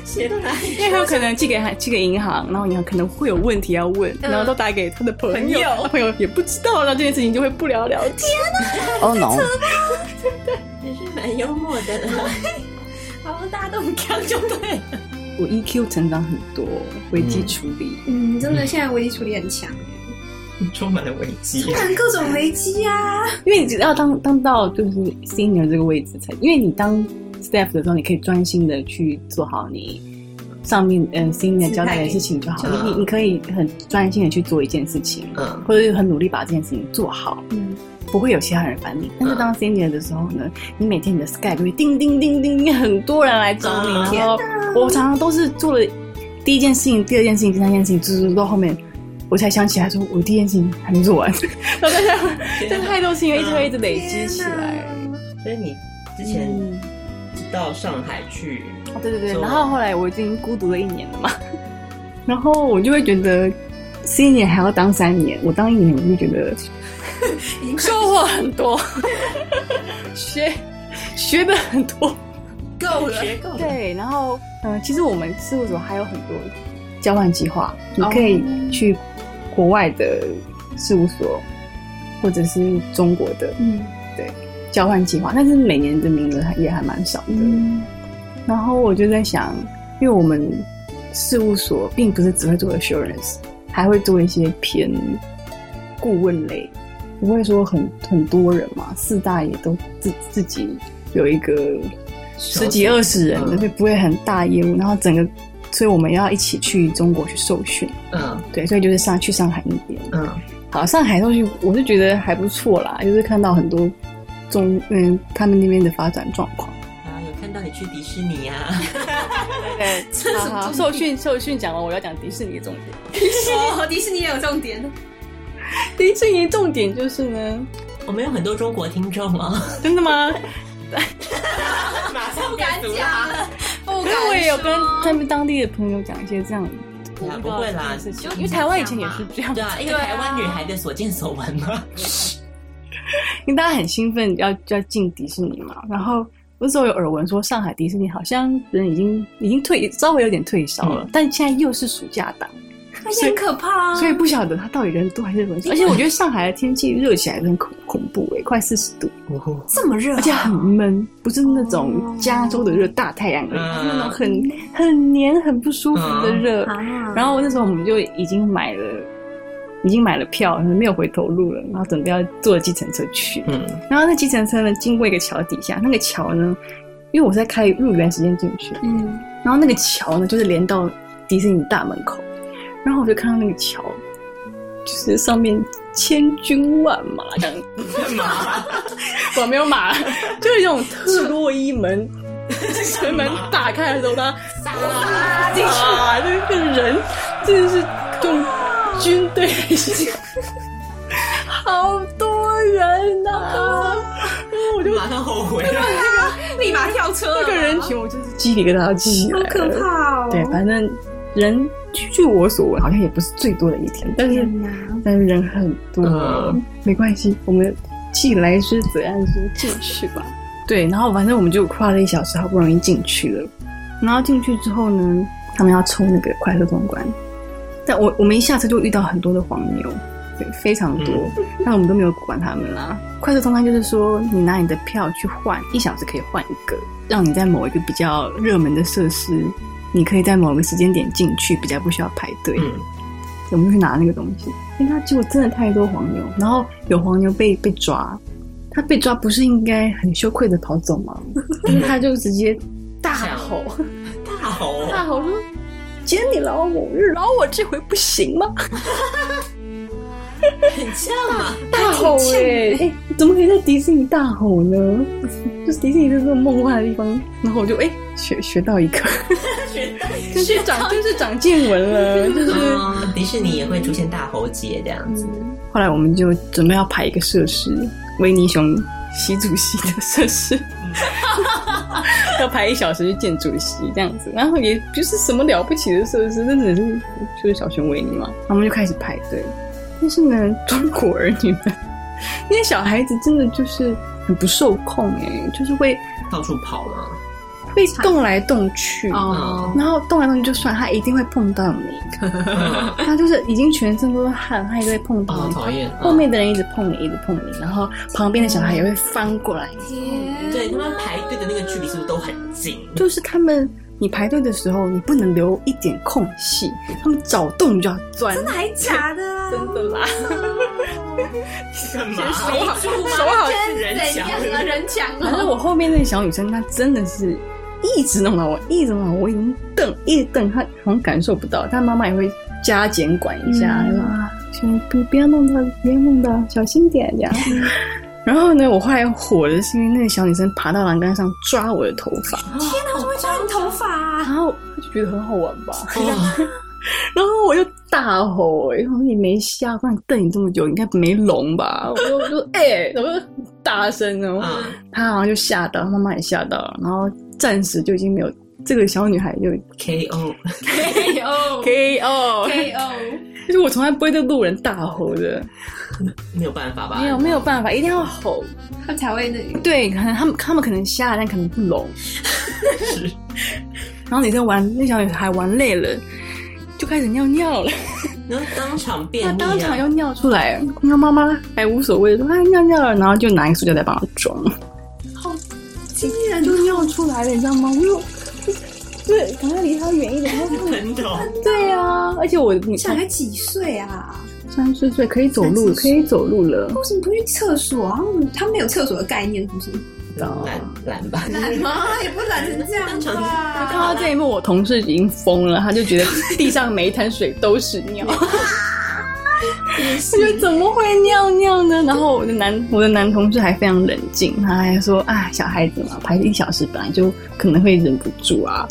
Speaker 3: 写到哪里？
Speaker 5: 因为他有可能寄给他寄给银行，然后银行可能会有问题要问，然后都打给他的嗯朋友，他朋友也不知道，然后这件事情就会不了了之。
Speaker 6: Oh no！
Speaker 3: 还是蛮幽默的啦。好像大家 都很刚就对了。
Speaker 5: 我 EQ 成长很多，危机处理。
Speaker 4: 嗯，真的，现在危机处理很 强，
Speaker 3: 充满了危机。
Speaker 4: 看各种危机啊。
Speaker 5: 因为你只要当当到就是 senior 这个位置才，因为你当 staff 的时候，你可以专心的去做好你上面嗯、呃、senior 交代的事情就好了。
Speaker 3: 嗯
Speaker 5: 你你可以很专心的去做一件事情，
Speaker 3: 嗯，
Speaker 5: 或者是很努力把这件事情做好，
Speaker 4: 嗯，
Speaker 5: 不会有其他人烦你。但是当 senior 的时候呢，你每天你的 Skype 会叮叮叮叮叮，很多人来找你。
Speaker 3: 嗯
Speaker 5: 然后我常常都是做了第一件事情、第二件事情、第三件事情，就是到后面。我才想起来，说我第一件事情还没做完，然后大家这太多事情一直会一直累积起来。
Speaker 3: 所以你之前
Speaker 5: 嗯，
Speaker 3: 到上海去，
Speaker 5: 哦对对对，
Speaker 3: 做
Speaker 5: 然后后来我已经孤独了一年了嘛， 然后我就会觉得，一年还要当三年，我当一年我就觉 得收获很 多，学学的很多，
Speaker 3: 够了，学够了。
Speaker 5: 对，然后嗯、呃其实我们事务所还有很多交换计划，你可以去国外的事务所，或者是中国的，
Speaker 4: 嗯，
Speaker 5: 对，交换计划，但是每年的名额还也还蛮少的。然后我就在想，因为我们事务所并不是只会做 assurance，还会做一些偏顾问类，不会说很很多人嘛，四大也都自自己有一个十几二十人的，
Speaker 3: 嗯
Speaker 5: 就不会很大业务。然后整个，所以我们要一起去中国去受训，
Speaker 3: 嗯
Speaker 5: 对，所以就是上去上海那边。
Speaker 3: 嗯
Speaker 5: 好，上海受训我是觉得还不错啦，就是看到很多中嗯他们那边的发展状况。
Speaker 3: 啊，有看到你去迪士尼啊？
Speaker 5: 对，这
Speaker 4: 什么重点
Speaker 5: 受训受训讲完，我要讲迪士尼的重点。
Speaker 4: 哦， 迪士尼也有重点的。
Speaker 5: 迪士尼重点就是呢，
Speaker 3: 我们有很多中国听众哦，
Speaker 5: 真的吗？
Speaker 3: 马上
Speaker 4: 不敢讲 了，不
Speaker 5: 因为我也有跟他
Speaker 4: 敢说。
Speaker 5: 们当地的朋友讲一些这样
Speaker 3: 对啊，不会啦，
Speaker 5: 的事情，
Speaker 4: 就
Speaker 5: 因为台湾以前也是这样
Speaker 3: 对，啊，一个台湾女孩的所见所闻嘛。
Speaker 5: 因为大家很兴奋要要进迪士尼嘛，然后。那时候有耳闻说上海迪士尼好像人已经已经退稍微有点退烧了，但现在又是暑假档，
Speaker 4: 而且很可怕啊！
Speaker 5: 所以不晓得他到底人多还是人少。而且我觉得上海的天气热起来很恐恐怖诶、快四十度，哦
Speaker 4: 这么热啊，
Speaker 5: 而且很闷，不是那种加州的热大太阳而已，
Speaker 3: 嗯
Speaker 5: 是那种很很黏、很不舒服的热。
Speaker 2: 嗯
Speaker 4: 啊，
Speaker 5: 然后那时候我们就已经买了，已经买了票，没有回头路了，然后准备要坐计程车去。
Speaker 3: 嗯
Speaker 5: 然后那计程车呢，经过一个桥底下，那个桥呢，因为我是在开入园时间进去，
Speaker 4: 嗯，
Speaker 5: 然后那个桥呢，就是连到迪士尼大门口，然后我就看到那个桥，就是上面千军万马这样， 马，我没有 马，就是那种特洛伊 门。城门打开的时候，他杀进去啊！那个人真的是用军队来形容， 好多人啊呐、 然后我就
Speaker 3: 马上后悔了。
Speaker 4: 立马跳车了，
Speaker 5: 那个人群，我就是鸡皮疙瘩都起来
Speaker 4: 好
Speaker 5: 了，
Speaker 4: 可怕哦！
Speaker 5: 对，反正人据我所闻，好像也不是最多的一天，但是
Speaker 4: 天哪
Speaker 5: 但是人很多，
Speaker 3: 嗯
Speaker 5: 没关系，我们既来之则安之，进去吧。对，然后反正我们就跨了一小时，好不容易进去了。然后进去之后呢，他们要抽那个快速通关，但我我们一下车就遇到很多的黄牛，对，非常多，但我们都没有管他们啦。快速通关就是说，你拿你的票去换，一小时可以换一个，让你在某一个比较热门的设施，你可以在某个时间点进去，比较不需要排队。
Speaker 3: 嗯
Speaker 5: 我们就去拿那个东西，因为他结果真的太多黄牛，然后有黄牛被被抓，他被抓不是应该很羞愧的跑走 吗？他就直接大吼
Speaker 3: 大吼，
Speaker 5: 大吼说：“姐你饶我，饶我这回不行吗
Speaker 3: 很像啊，？”
Speaker 5: 大吼哎、哎怎么可以在迪士尼大吼呢？就是迪士尼这种梦幻的地方，然后我就哎、学学到一 个，就是长就是长见闻 了，就是。
Speaker 3: 嗯迪士尼也会出现大喉结这样子，
Speaker 5: 后来我们就准备要排一个设施，维尼熊习主席的设施，要排一小时去见主席这样子，然后也不是什么了不起的设施，那只是就是小熊维尼嘛，然后我们就开始排队。但是呢，中国儿女们，那些小孩子真的就是很不受控哎、就是会
Speaker 3: 到处跑嘛。
Speaker 5: 会动来动去，
Speaker 4: 哦，
Speaker 5: 然后动来动去就算，他一定会碰到你，
Speaker 3: 嗯
Speaker 5: 他就是已经全身都是汗，他一定会碰到
Speaker 3: 哦好
Speaker 5: 你，
Speaker 3: 讨厌。
Speaker 5: 哦后面的人一直碰你，一直碰你，然后旁边的小孩也会翻过来，
Speaker 3: 嗯对他们排队的那个距离是不是都很近？
Speaker 5: 就是他们。你排队的时候，你不能留一点空隙，他们找洞就要钻。真的还
Speaker 4: 假的啊，
Speaker 5: 真的啦！
Speaker 3: 干 嘛？
Speaker 5: 手好
Speaker 3: 人
Speaker 4: 怎
Speaker 3: 墙
Speaker 4: 样人墙
Speaker 5: 反正
Speaker 4: 哦？
Speaker 5: 我后面那个小女生，她真的是一直弄到我，一直弄到我，我已经瞪，一直瞪，她好像感受不到。她妈妈也会加减管一下，就说啊，先不不要弄到，不要弄到，小心点这样。 然后呢，我后来火的是因为那个小女生爬到栏杆上抓我的头发，
Speaker 4: 那怎么会抓你头发啊？
Speaker 5: 然后他就觉得很好玩吧，
Speaker 3: 哦
Speaker 5: 然后我就大吼、然后你没瞎，不然瞪你这么久，你应该没聋吧？我就我 就哎、我就大声哦，
Speaker 3: 嗯
Speaker 5: 他好像就吓到，妈妈也吓到了，然后暂时就已经没有这个小女孩就
Speaker 3: ，KO，
Speaker 4: K O
Speaker 5: KO，
Speaker 4: K O，
Speaker 5: 就是我从来不会对路人大吼的，
Speaker 3: 没有办法吧？
Speaker 5: 没有没有办法，一定要吼。
Speaker 4: 他们才会那个。
Speaker 5: 对，可能他们他们可能瞎，但可能不聋。然后你在玩那小女孩玩累了，就开始尿尿了。
Speaker 3: 然后当场
Speaker 5: 他
Speaker 3: 便秘啊，
Speaker 5: 当场又尿出来，那妈妈还无所谓，说哎尿尿了，然后就拿一个塑胶袋帮他装，好竟然就尿出来了，你知道吗？我就对，赶快离他远一点。然后
Speaker 3: 喷 头，
Speaker 5: 对啊，而且我你
Speaker 4: 小孩几岁啊？
Speaker 5: 三四岁可以走路，可以走路了，
Speaker 4: 为什么不去厕所啊？他们没有厕所的概念，是不是？
Speaker 5: 哦
Speaker 3: 懒懒吧？
Speaker 4: 懒吗？也不懒成这样
Speaker 5: 看
Speaker 4: 吧。
Speaker 5: 到这一幕，我同事已经疯了，他就觉得地上每一滩水都是尿。我觉得怎么会尿尿呢？然后我的男我的男同事还非常冷静，他还说啊，小孩子嘛，排一小时本来就可能会忍不住啊。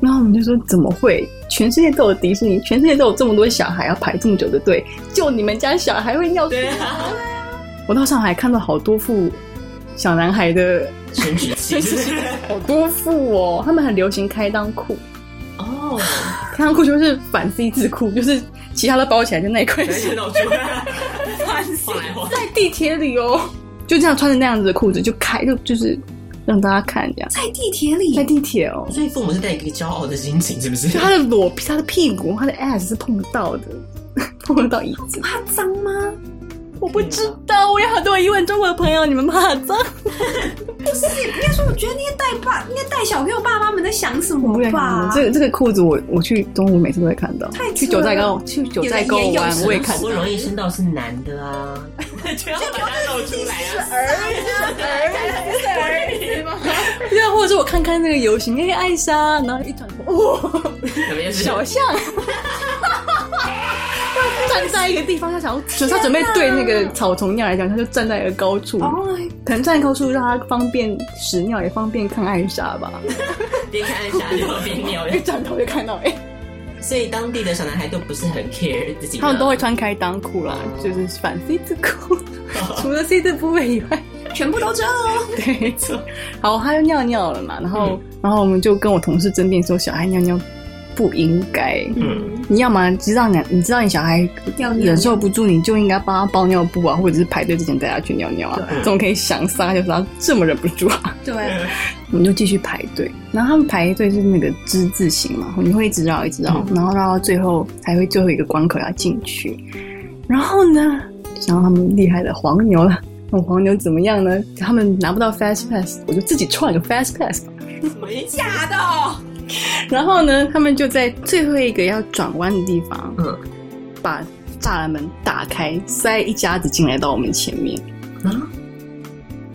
Speaker 5: 然后我们就说怎么会？全世界都有迪士尼，全世界都有这么多小孩要排这么久的队，就你们家小孩会尿出来
Speaker 3: 对啊，
Speaker 5: 我到上海看到好多副小男孩的，
Speaker 3: 生殖器
Speaker 5: 好多副哦，他们很流行开裆裤。
Speaker 3: 哦，
Speaker 5: 开裆裤就是反 C 字裤，就是其他的包起来就那一 块。
Speaker 3: 人家
Speaker 5: 在
Speaker 3: 都出来， 晃来晃去
Speaker 5: 地铁里哦，就这样穿着那样子的裤子就开，就就是让大家看这样。
Speaker 4: 在地铁里
Speaker 5: 在地铁哦，
Speaker 3: 所以父母是带一个骄傲的心情，是不是
Speaker 5: 就？他的裸屁，他的屁股，他的 ass 是碰到的， 碰得到椅子。
Speaker 4: 怕脏吗？
Speaker 5: 我不知道，我有好多疑问。中国的朋友，你们怕脏？
Speaker 4: 应该说，我觉得那些带爸、那些带小朋友爸妈们在想什么
Speaker 5: 不愿意
Speaker 4: 吧。
Speaker 5: 这个这个裤子我，我去中午每次都会看到。去九寨沟，去九寨沟
Speaker 4: 有的也有
Speaker 5: 玩
Speaker 4: 什么
Speaker 5: 我也看
Speaker 3: 好
Speaker 5: 到
Speaker 3: 不。 容易生到是男的啊，就要把它露出来啊！
Speaker 5: 对啊，或者是我看看那个游行，那个艾莎，然后一转头，哇、
Speaker 3: 怎么样？
Speaker 5: 小 象，站在一个地方，他想要，就是他准备对那个草丛尿来讲，他就站在一个高处，
Speaker 4: 哦，
Speaker 5: 可能站在高处让他方便屎尿，也方便看艾莎吧。
Speaker 3: 边看下流边尿
Speaker 5: 一转头就看到，哎、
Speaker 3: 所以当地的小男孩都不是很 care 自己的，
Speaker 5: 他们都会穿开裆裤啦，就是反 C 字 裤，除了 C 字部位以外，
Speaker 4: 全部都这哦。
Speaker 5: 对，嗯错。好，他就尿尿了嘛，然后，然后我们就跟我同事争辩说，小孩尿尿不应该。
Speaker 3: 嗯，
Speaker 5: 你要么知道你你知道你小孩忍受不住，你就应该帮他包尿布啊，或者是排队之前带他去尿尿啊，
Speaker 3: 对
Speaker 5: 这种可以想杀就杀，这么忍不住啊，
Speaker 6: 对，
Speaker 5: 你就继续排队。然后他们排队是那个之字形嘛，你会一直绕一直绕，然后绕到最后才会最后一个关口要进去。然后呢，想到他们厉害的黄牛了。那黄牛怎么样呢？他们拿不到 fast pass，我就自己创一个 fast pass 吧。
Speaker 3: 啊
Speaker 4: 假的哦，
Speaker 5: 然后呢，他们就在最后一个要转弯的地方，
Speaker 3: 嗯，
Speaker 5: 把栅栏门打开，塞一家子进来到我们前面，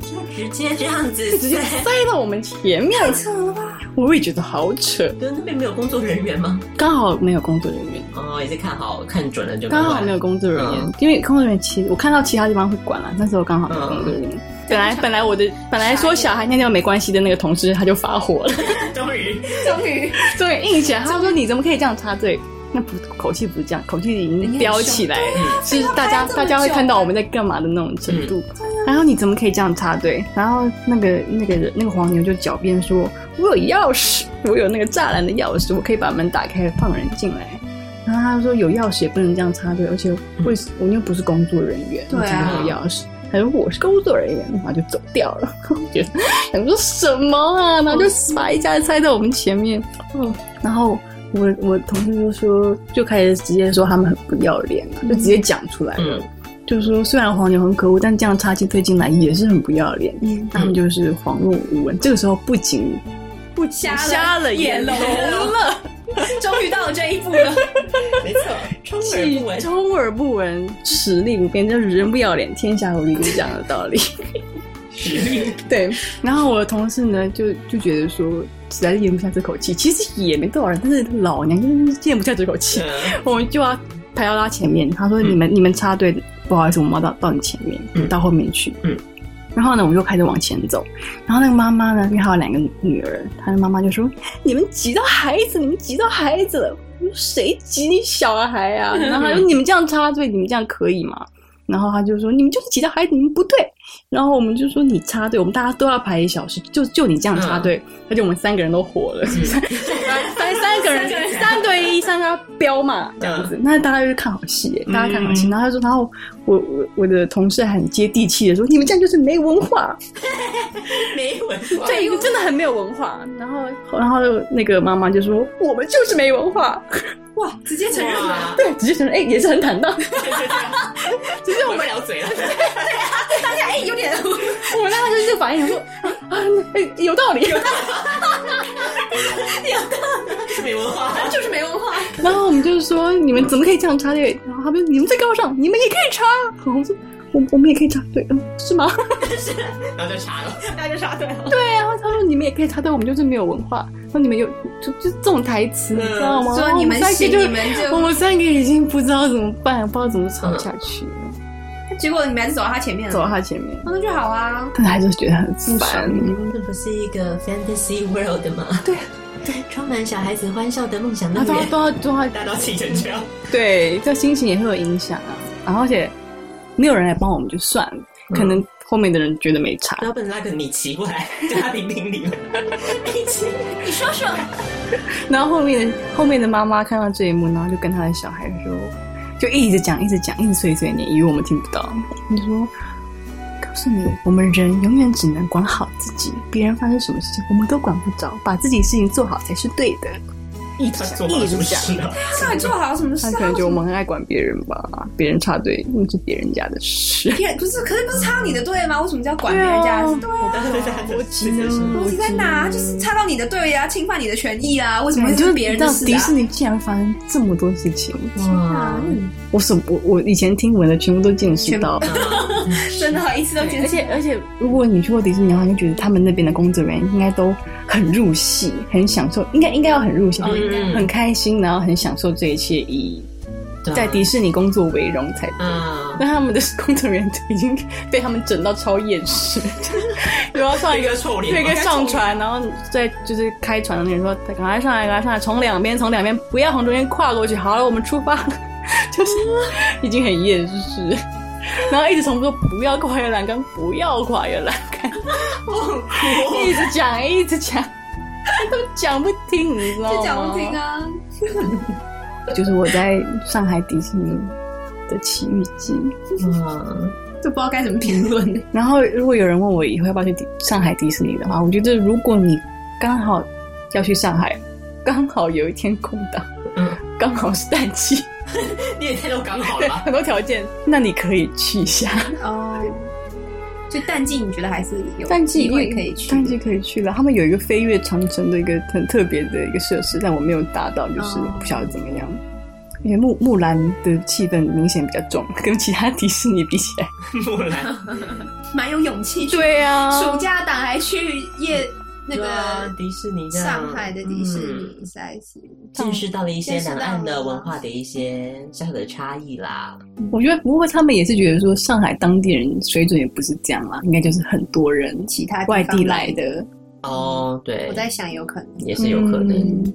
Speaker 3: 就直接这样子，
Speaker 5: 直接塞到我们前面，太扯了吧！我也觉得好扯，
Speaker 3: 对，那边没有工作人员吗？
Speaker 5: 刚好没有工作人员，
Speaker 3: 哦，也是看好看准了就
Speaker 5: 刚好没有
Speaker 3: 有。
Speaker 5: 工作人员，
Speaker 3: 嗯
Speaker 5: 因为工作人员其实我看到其他地方会管啊了，那时候刚好没有工作人员。本来本来我的本来说小孩尿尿没关系的那个同事他就发火了，
Speaker 3: 终于，
Speaker 4: 终于
Speaker 5: 终于硬起来，他说你怎么可以这样插队？那不口气不是这样，口气已经飙起来了，
Speaker 6: 啊
Speaker 5: 是大家大家会看到我们在干嘛的那种
Speaker 6: 嗯
Speaker 5: 程度。
Speaker 6: 啊
Speaker 5: 然后你怎么可以这样插队？然后那个那个人那个黄牛就狡辩说：“我有钥匙，我有那个栅栏的钥匙，我可以把门打开放人进来。”然后他说：“有钥匙也不能这样插队，而且为什我又不是工作人员，
Speaker 6: 嗯对啊
Speaker 5: 我怎么有钥匙？”他说：“我是工作人员。”然后就走掉了。我觉得想说什么啊？然后就把一家塞在我们前面。嗯，然后我我同事就说，就开始直接说他们很不要脸啊，就直接讲出来了。
Speaker 3: 嗯
Speaker 5: 就是说虽然黄牛很可恶，但这样插进队进来也是很不要脸。
Speaker 6: 嗯
Speaker 5: 他们就是恍若无闻。这个时候不仅
Speaker 4: 不瞎了，
Speaker 5: 瞎了眼
Speaker 4: 聋
Speaker 5: 聋
Speaker 4: 了， 终于到了这一步了。
Speaker 3: 没错，充耳不哎闻。
Speaker 5: 充耳不闻，实力不变，就是人不要脸，天下无敌，就是这样的道理。
Speaker 3: 实力
Speaker 5: 对，然后我的同事呢，就就觉得说，实在是咽不下这口气。其实也没多少人，但是老娘就是咽不下这口气，我们就要排到他前面。他说：“
Speaker 3: 嗯
Speaker 5: 你们、你们插队，不好意思，我们要到到你前面，
Speaker 3: 嗯
Speaker 5: 到后面去。”
Speaker 3: 嗯。
Speaker 5: 然后呢，我就开始往前走。然后那个妈妈呢，因为还有两个女儿，她的妈妈就说：“你们挤到孩子，你们挤到孩子了，我说谁挤你小孩啊？”然后她说：“你们这样插队，你们这样可以吗？”然后他就说：“你们就是挤到孩子，你们不对。”然后我们就说：“你插队，我们大家都要排一小时，就就你这样插队。而且我们三个人都火了，嗯
Speaker 3: 嗯
Speaker 5: 三三三个人三对一，三个人飙嘛，这样子。那大家就是看好戏
Speaker 4: 嗯
Speaker 5: 耶，大家看好戏。然后他说，然后我我我的同事还很接地气的说：“你们这样就是没文化。”
Speaker 3: 没闻。
Speaker 5: 对，真的很没有文化。然后，然后那个妈妈就说：“我们就是没文化。
Speaker 4: 哇，直接承认了，
Speaker 3: 哇，
Speaker 5: 对，直接承认，哎、也是很坦荡。
Speaker 3: 只是我们聊嘴了。
Speaker 4: 大 家哎有点
Speaker 5: 我们当时就是反应说：“啊，哎、有道理。”
Speaker 3: 没文化，
Speaker 4: 就是没文化，
Speaker 5: 然后我们就是说：“你们怎么可以这样插队？”然后他们说：“你们最高尚，你们也可以插。”我们说：“我我们也可以插队，嗯，是吗？”
Speaker 3: 然后就查了，
Speaker 4: 大家就插队了。
Speaker 5: 对啊，他说：“你们也可以插队，我们就是没有文化。”说：“你们有就就这种台词，你知道吗？”
Speaker 4: 嗯说你们
Speaker 5: 我三
Speaker 4: 行，
Speaker 5: 个就
Speaker 4: 你们
Speaker 5: 我
Speaker 4: 就，
Speaker 5: 们三个已经不知道怎么办，不知道怎么吵下去了，
Speaker 4: 嗯结果你们还是走到他前面了，
Speaker 5: 走到他前面。
Speaker 4: 啊，那就好啊。
Speaker 5: 但还是觉得很烦。
Speaker 3: 这不是一个 fantasy world 吗？
Speaker 5: 对
Speaker 3: 对，充满小孩子欢笑的梦想
Speaker 5: 然
Speaker 3: 乐
Speaker 5: 后
Speaker 3: 园，
Speaker 5: 都都都
Speaker 3: 大到气成这样。
Speaker 5: 对，这心情也会有影响啊。然后而且没有人来帮我们就算了，
Speaker 4: 嗯
Speaker 5: 可能后面的人觉得没差。
Speaker 3: 然后本拉个米奇过来，叫他评评理。米奇，
Speaker 4: 你说说，
Speaker 5: 然后后面的后面的妈妈看到这一幕，然后就跟她的小孩说，就一直讲，一直讲，一直碎碎念，以为我们听不到。你说，告诉你，我们人永远只能管好自己，别人发生什么事情我们都管不着，把自己事情做好才是对的。一直
Speaker 3: 他做
Speaker 5: 讲一
Speaker 3: 了什
Speaker 5: 直
Speaker 3: 么
Speaker 5: 讲，
Speaker 3: 事啊？
Speaker 4: 到底做好什么事
Speaker 5: 他
Speaker 4: 啊？
Speaker 5: 可能觉得我们很爱管别人吧，别人插队那是别人家的事。
Speaker 4: 别不是，可是不是插你的队吗？为什么叫管别人家？对啊，
Speaker 3: 我急了，
Speaker 4: 逻辑在哪？就是
Speaker 5: 嗯
Speaker 4: 插到你的队呀，侵犯你的权益啊，为什么会
Speaker 5: 就是是
Speaker 4: 别人
Speaker 5: 到
Speaker 4: 的事
Speaker 5: 迪
Speaker 4: 啊
Speaker 5: 士？尼竟然发生这么多事情，
Speaker 3: 哇！
Speaker 4: 嗯
Speaker 5: 我所我我以前听闻的全部都见识到。
Speaker 4: 真的，一次都
Speaker 5: 对
Speaker 4: 坚
Speaker 5: 而
Speaker 4: 持。
Speaker 5: 且而且，如果你去过迪士尼的话，你就觉得他们那边的工作人员应该都很入戏，很享受，应该哦应该要很入戏，
Speaker 3: 嗯
Speaker 5: 很开心，然后很享受这一切，以在迪士尼工作为荣才对。
Speaker 3: 啊，
Speaker 5: 但他们的工作人员已经被他们整到超厌 世，就要上一
Speaker 3: 一
Speaker 5: 个
Speaker 3: 个臭脸，
Speaker 5: 对，跟上船，然后再就是开船的那人说：“赶快上来，赶快上来，从两边，从两边，不要从中间跨过去。好了，我们出发。” 就是已经很厌世，然后一直重复说：“不要跨越栏杆，不要跨越栏杆。”一直讲，一直讲。 都讲不听，你知道 吗？
Speaker 4: 就讲不听啊。
Speaker 5: 就是我在上海迪士尼的奇遇记，
Speaker 3: 嗯，就不知道该怎么评论。
Speaker 5: 然后如果有人问我以后要不要去迪上海迪士尼的话，我觉得如果你刚好要去上海，刚好有一天空档，
Speaker 3: 嗯
Speaker 5: 刚好是淡季，
Speaker 3: 你也太多刚好
Speaker 5: 对，
Speaker 3: 吧？
Speaker 5: 很多条件，那你可以去一下。
Speaker 4: 哦，就淡季，你觉得还是有
Speaker 5: 淡季
Speaker 4: 机会可以去？
Speaker 5: 淡季可以去了。他们有一个飞越长城的一个很特别的一个设施，但我没有达到，就是
Speaker 4: 哦
Speaker 5: 不晓得怎么样。因为木木兰的气氛明显比较重，跟其他迪士尼比起来，
Speaker 3: 木兰，
Speaker 4: 蛮有勇气去。
Speaker 5: 对啊
Speaker 4: 暑假档还去夜那
Speaker 3: 对啊
Speaker 4: 个
Speaker 3: 迪士尼这样
Speaker 4: 上海的迪士
Speaker 3: 嗯
Speaker 4: 尼，实在是
Speaker 3: 见识到了一些
Speaker 4: 嗯见识到
Speaker 3: 两
Speaker 4: 了嗯
Speaker 3: 岸的文化的一些小小的差异啦。
Speaker 5: 我觉得不过他们也是觉得说上海当地人水准也不是这样啦，应该就是很多人
Speaker 4: 其他
Speaker 5: 外地
Speaker 4: 方
Speaker 5: 来。的，
Speaker 3: 哦，对
Speaker 4: 我，在想，有可能
Speaker 3: 也是有可能。
Speaker 5: 嗯
Speaker 3: 嗯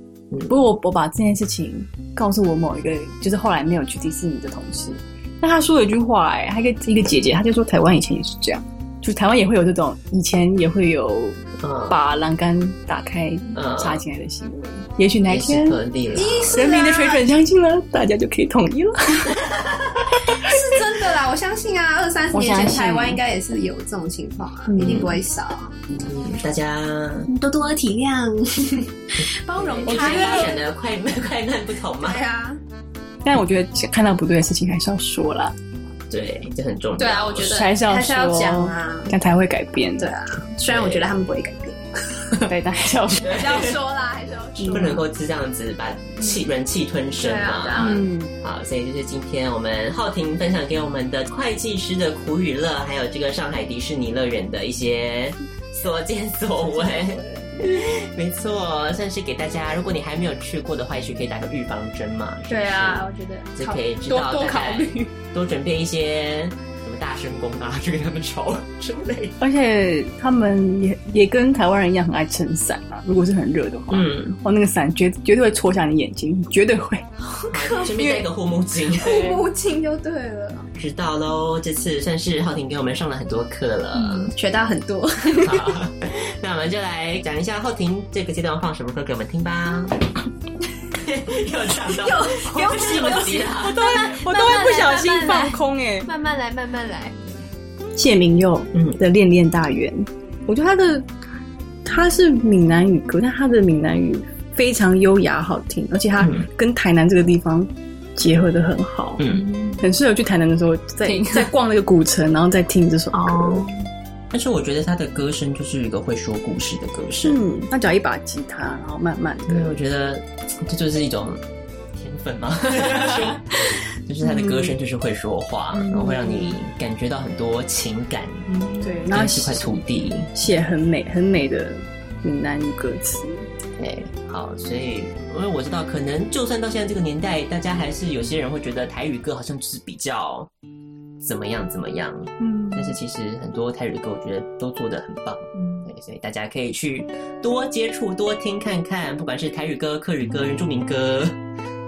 Speaker 5: 不过我我把这件事情告诉我某一个，就是后来没有去迪士尼的同事，那他说了一句话、哎，他一个一个姐姐，她就说台湾以前也是这样，就台湾也会有这种，以前也会有
Speaker 3: 嗯，
Speaker 5: 把栏杆打开
Speaker 3: 嗯
Speaker 5: 插进来的行为，嗯也许哪
Speaker 3: 也
Speaker 5: 天
Speaker 3: 是合理了。
Speaker 5: 人民的水准相近了，大家就可以统一了。
Speaker 4: 是真的啦，我相信啊，二三十
Speaker 5: 我
Speaker 4: 年前
Speaker 5: 相信
Speaker 4: 台湾应该也是有这种情况啊，
Speaker 5: 嗯
Speaker 4: 一定不会少。
Speaker 3: 嗯，大家
Speaker 4: 多多体谅，包容
Speaker 3: 我觉
Speaker 4: 差
Speaker 3: 得发
Speaker 4: 异。
Speaker 3: 展的快慢 快慢不同嘛
Speaker 4: 对，啊，
Speaker 5: 但我觉得看到不对的事情还是要说啦，
Speaker 3: 对，这很重要。
Speaker 4: 对啊，我觉得
Speaker 5: 还是要
Speaker 4: 还是要
Speaker 5: 说
Speaker 4: 讲啊。
Speaker 5: 这样才会改变。
Speaker 4: 对啊，虽然我觉得他们不会改变，
Speaker 5: 对，但还是要说。
Speaker 4: 还是要说啦，还是要说。
Speaker 3: 不能够是这样子把气忍气吞声
Speaker 4: 嗯对
Speaker 3: 嘛
Speaker 4: 啊。
Speaker 5: 嗯，
Speaker 3: 好，所以就是今天我们浩婷分享给我们的会计师的苦与乐，还有这个上海迪士尼乐园的一些所见所闻。 没错，算是给大家，如果你还没有去过的话，也许可以打个预防针嘛。是不是
Speaker 4: 对啊，，我觉得
Speaker 3: 就
Speaker 4: 考
Speaker 3: 可以知
Speaker 4: 多
Speaker 3: 道
Speaker 4: 多
Speaker 3: 大
Speaker 4: 考
Speaker 3: 概
Speaker 4: 虑。
Speaker 3: 多准备一些什么大声公啊，去跟他们吵之类的。
Speaker 5: 而且他们也也跟台湾人一样很爱撑伞啊，如果是很热的话，
Speaker 3: 嗯，
Speaker 5: 哦，那个伞绝绝对会戳瞎你眼睛，绝对会。
Speaker 3: 好，顺便带个护目 镜。
Speaker 4: 目镜就对了，
Speaker 3: 知道喽，这次算是浩婷给我们上了很多课了。
Speaker 4: 嗯学到很多。
Speaker 3: 好，那我们就来讲一下后庭这个阶段放什么歌给我们听 吧。又讲到，
Speaker 4: 又又急
Speaker 3: 又急了。
Speaker 5: 都会我都会不小心放空哎、
Speaker 4: 慢慢来，慢慢来。
Speaker 5: 谢明佑
Speaker 3: 嗯
Speaker 5: 的《恋恋大园》，我觉得他的他是闽南语歌，但他的闽南语非常优雅好听，而且他
Speaker 3: 嗯
Speaker 5: 跟台南这个地方结合的很好，
Speaker 3: 嗯，
Speaker 5: 很适合去台南的时候在
Speaker 4: 听
Speaker 5: 在逛那个古城，然后再听这首歌。
Speaker 3: 哦，但是我觉得他的歌声就是一个会说故事的歌声，
Speaker 5: 嗯，他只要一把吉他，然后慢慢
Speaker 3: 对，
Speaker 5: 的，
Speaker 3: 我觉得这就是一种天分嘛， 就是他嗯的歌声就是会说话，然后会让你感觉到很多情感，
Speaker 5: 对，然
Speaker 3: 然
Speaker 5: 后
Speaker 3: 后是块土地，
Speaker 5: 写很美很美的闽南语歌词。
Speaker 3: 对，好，所以因为我知道，可能就算到现在这个年代，大家还是有些人会觉得台语歌好像就是比较怎么样怎么样，
Speaker 5: 嗯
Speaker 3: 但是其实很多台语歌我觉得都做得很棒，对，所以大家可以去多接触、多听看看，不管是台语歌、客语歌、原住民歌，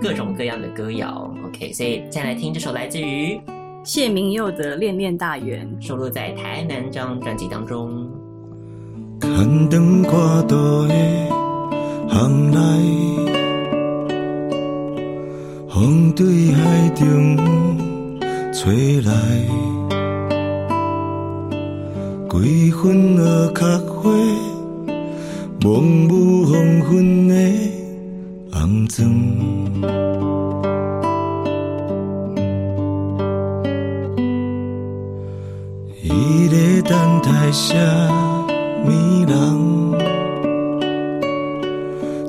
Speaker 3: 各种各样的歌谣。OK，所以接下来听这首来自于
Speaker 5: 谢明佑的《恋恋大园》。
Speaker 3: 收录在《台南》这张专辑当中。
Speaker 6: 牵肠挂肚的巷内，风对海中吹来，几分落壳花，蒙雾黄昏的红妆。伊咧等待什么人？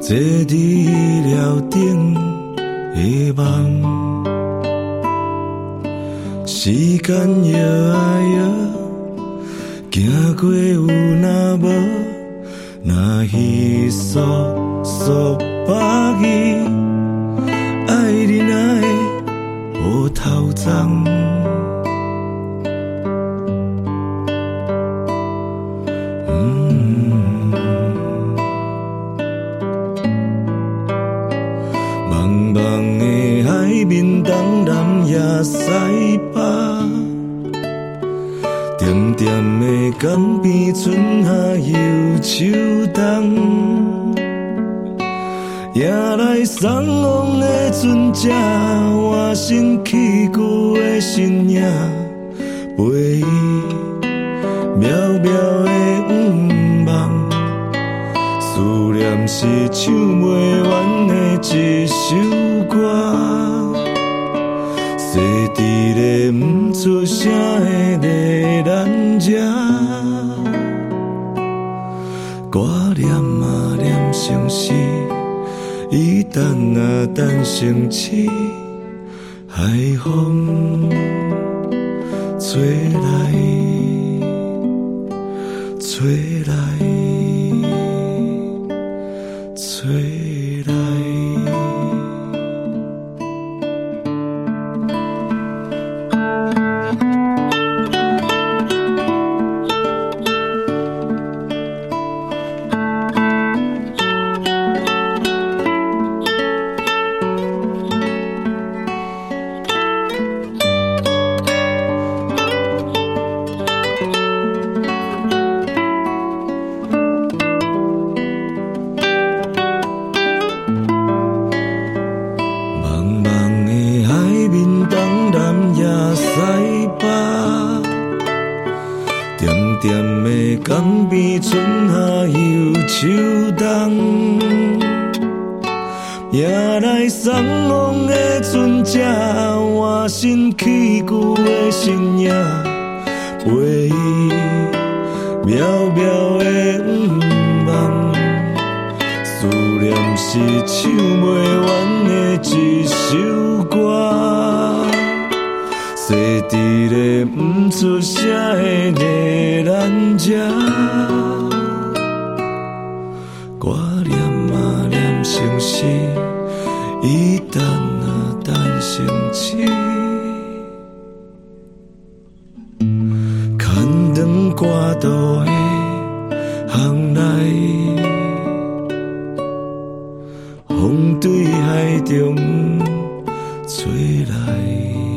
Speaker 6: 坐伫伊料顶的梦，时间摇啊摇，行过有若无，若稀疏疏把伊爱忍耐的乌头鬃。茫茫的海面，东南也西北，点啊点的江边，春夏又秋冬。迎来送往的船只，换身去旧的身影，陪伊渺渺的愿望。思念是唱袂完的一首歌，细致的不出声的迷人者，我念啊念成诗，伊等啊等成痴，海风吹来，吹来。吹来。茫茫的海面，东南也西北，点点的江边，春夏又秋冬。迎来送往的船只，换身去旧的身影，陪伊渺渺的愿望。思念是唱袂完的一首歌，细致的不出声的迷人者，我念啊念成诗，伊等啊等成痴，牵肠挂肚的巷内。风对海中吹来。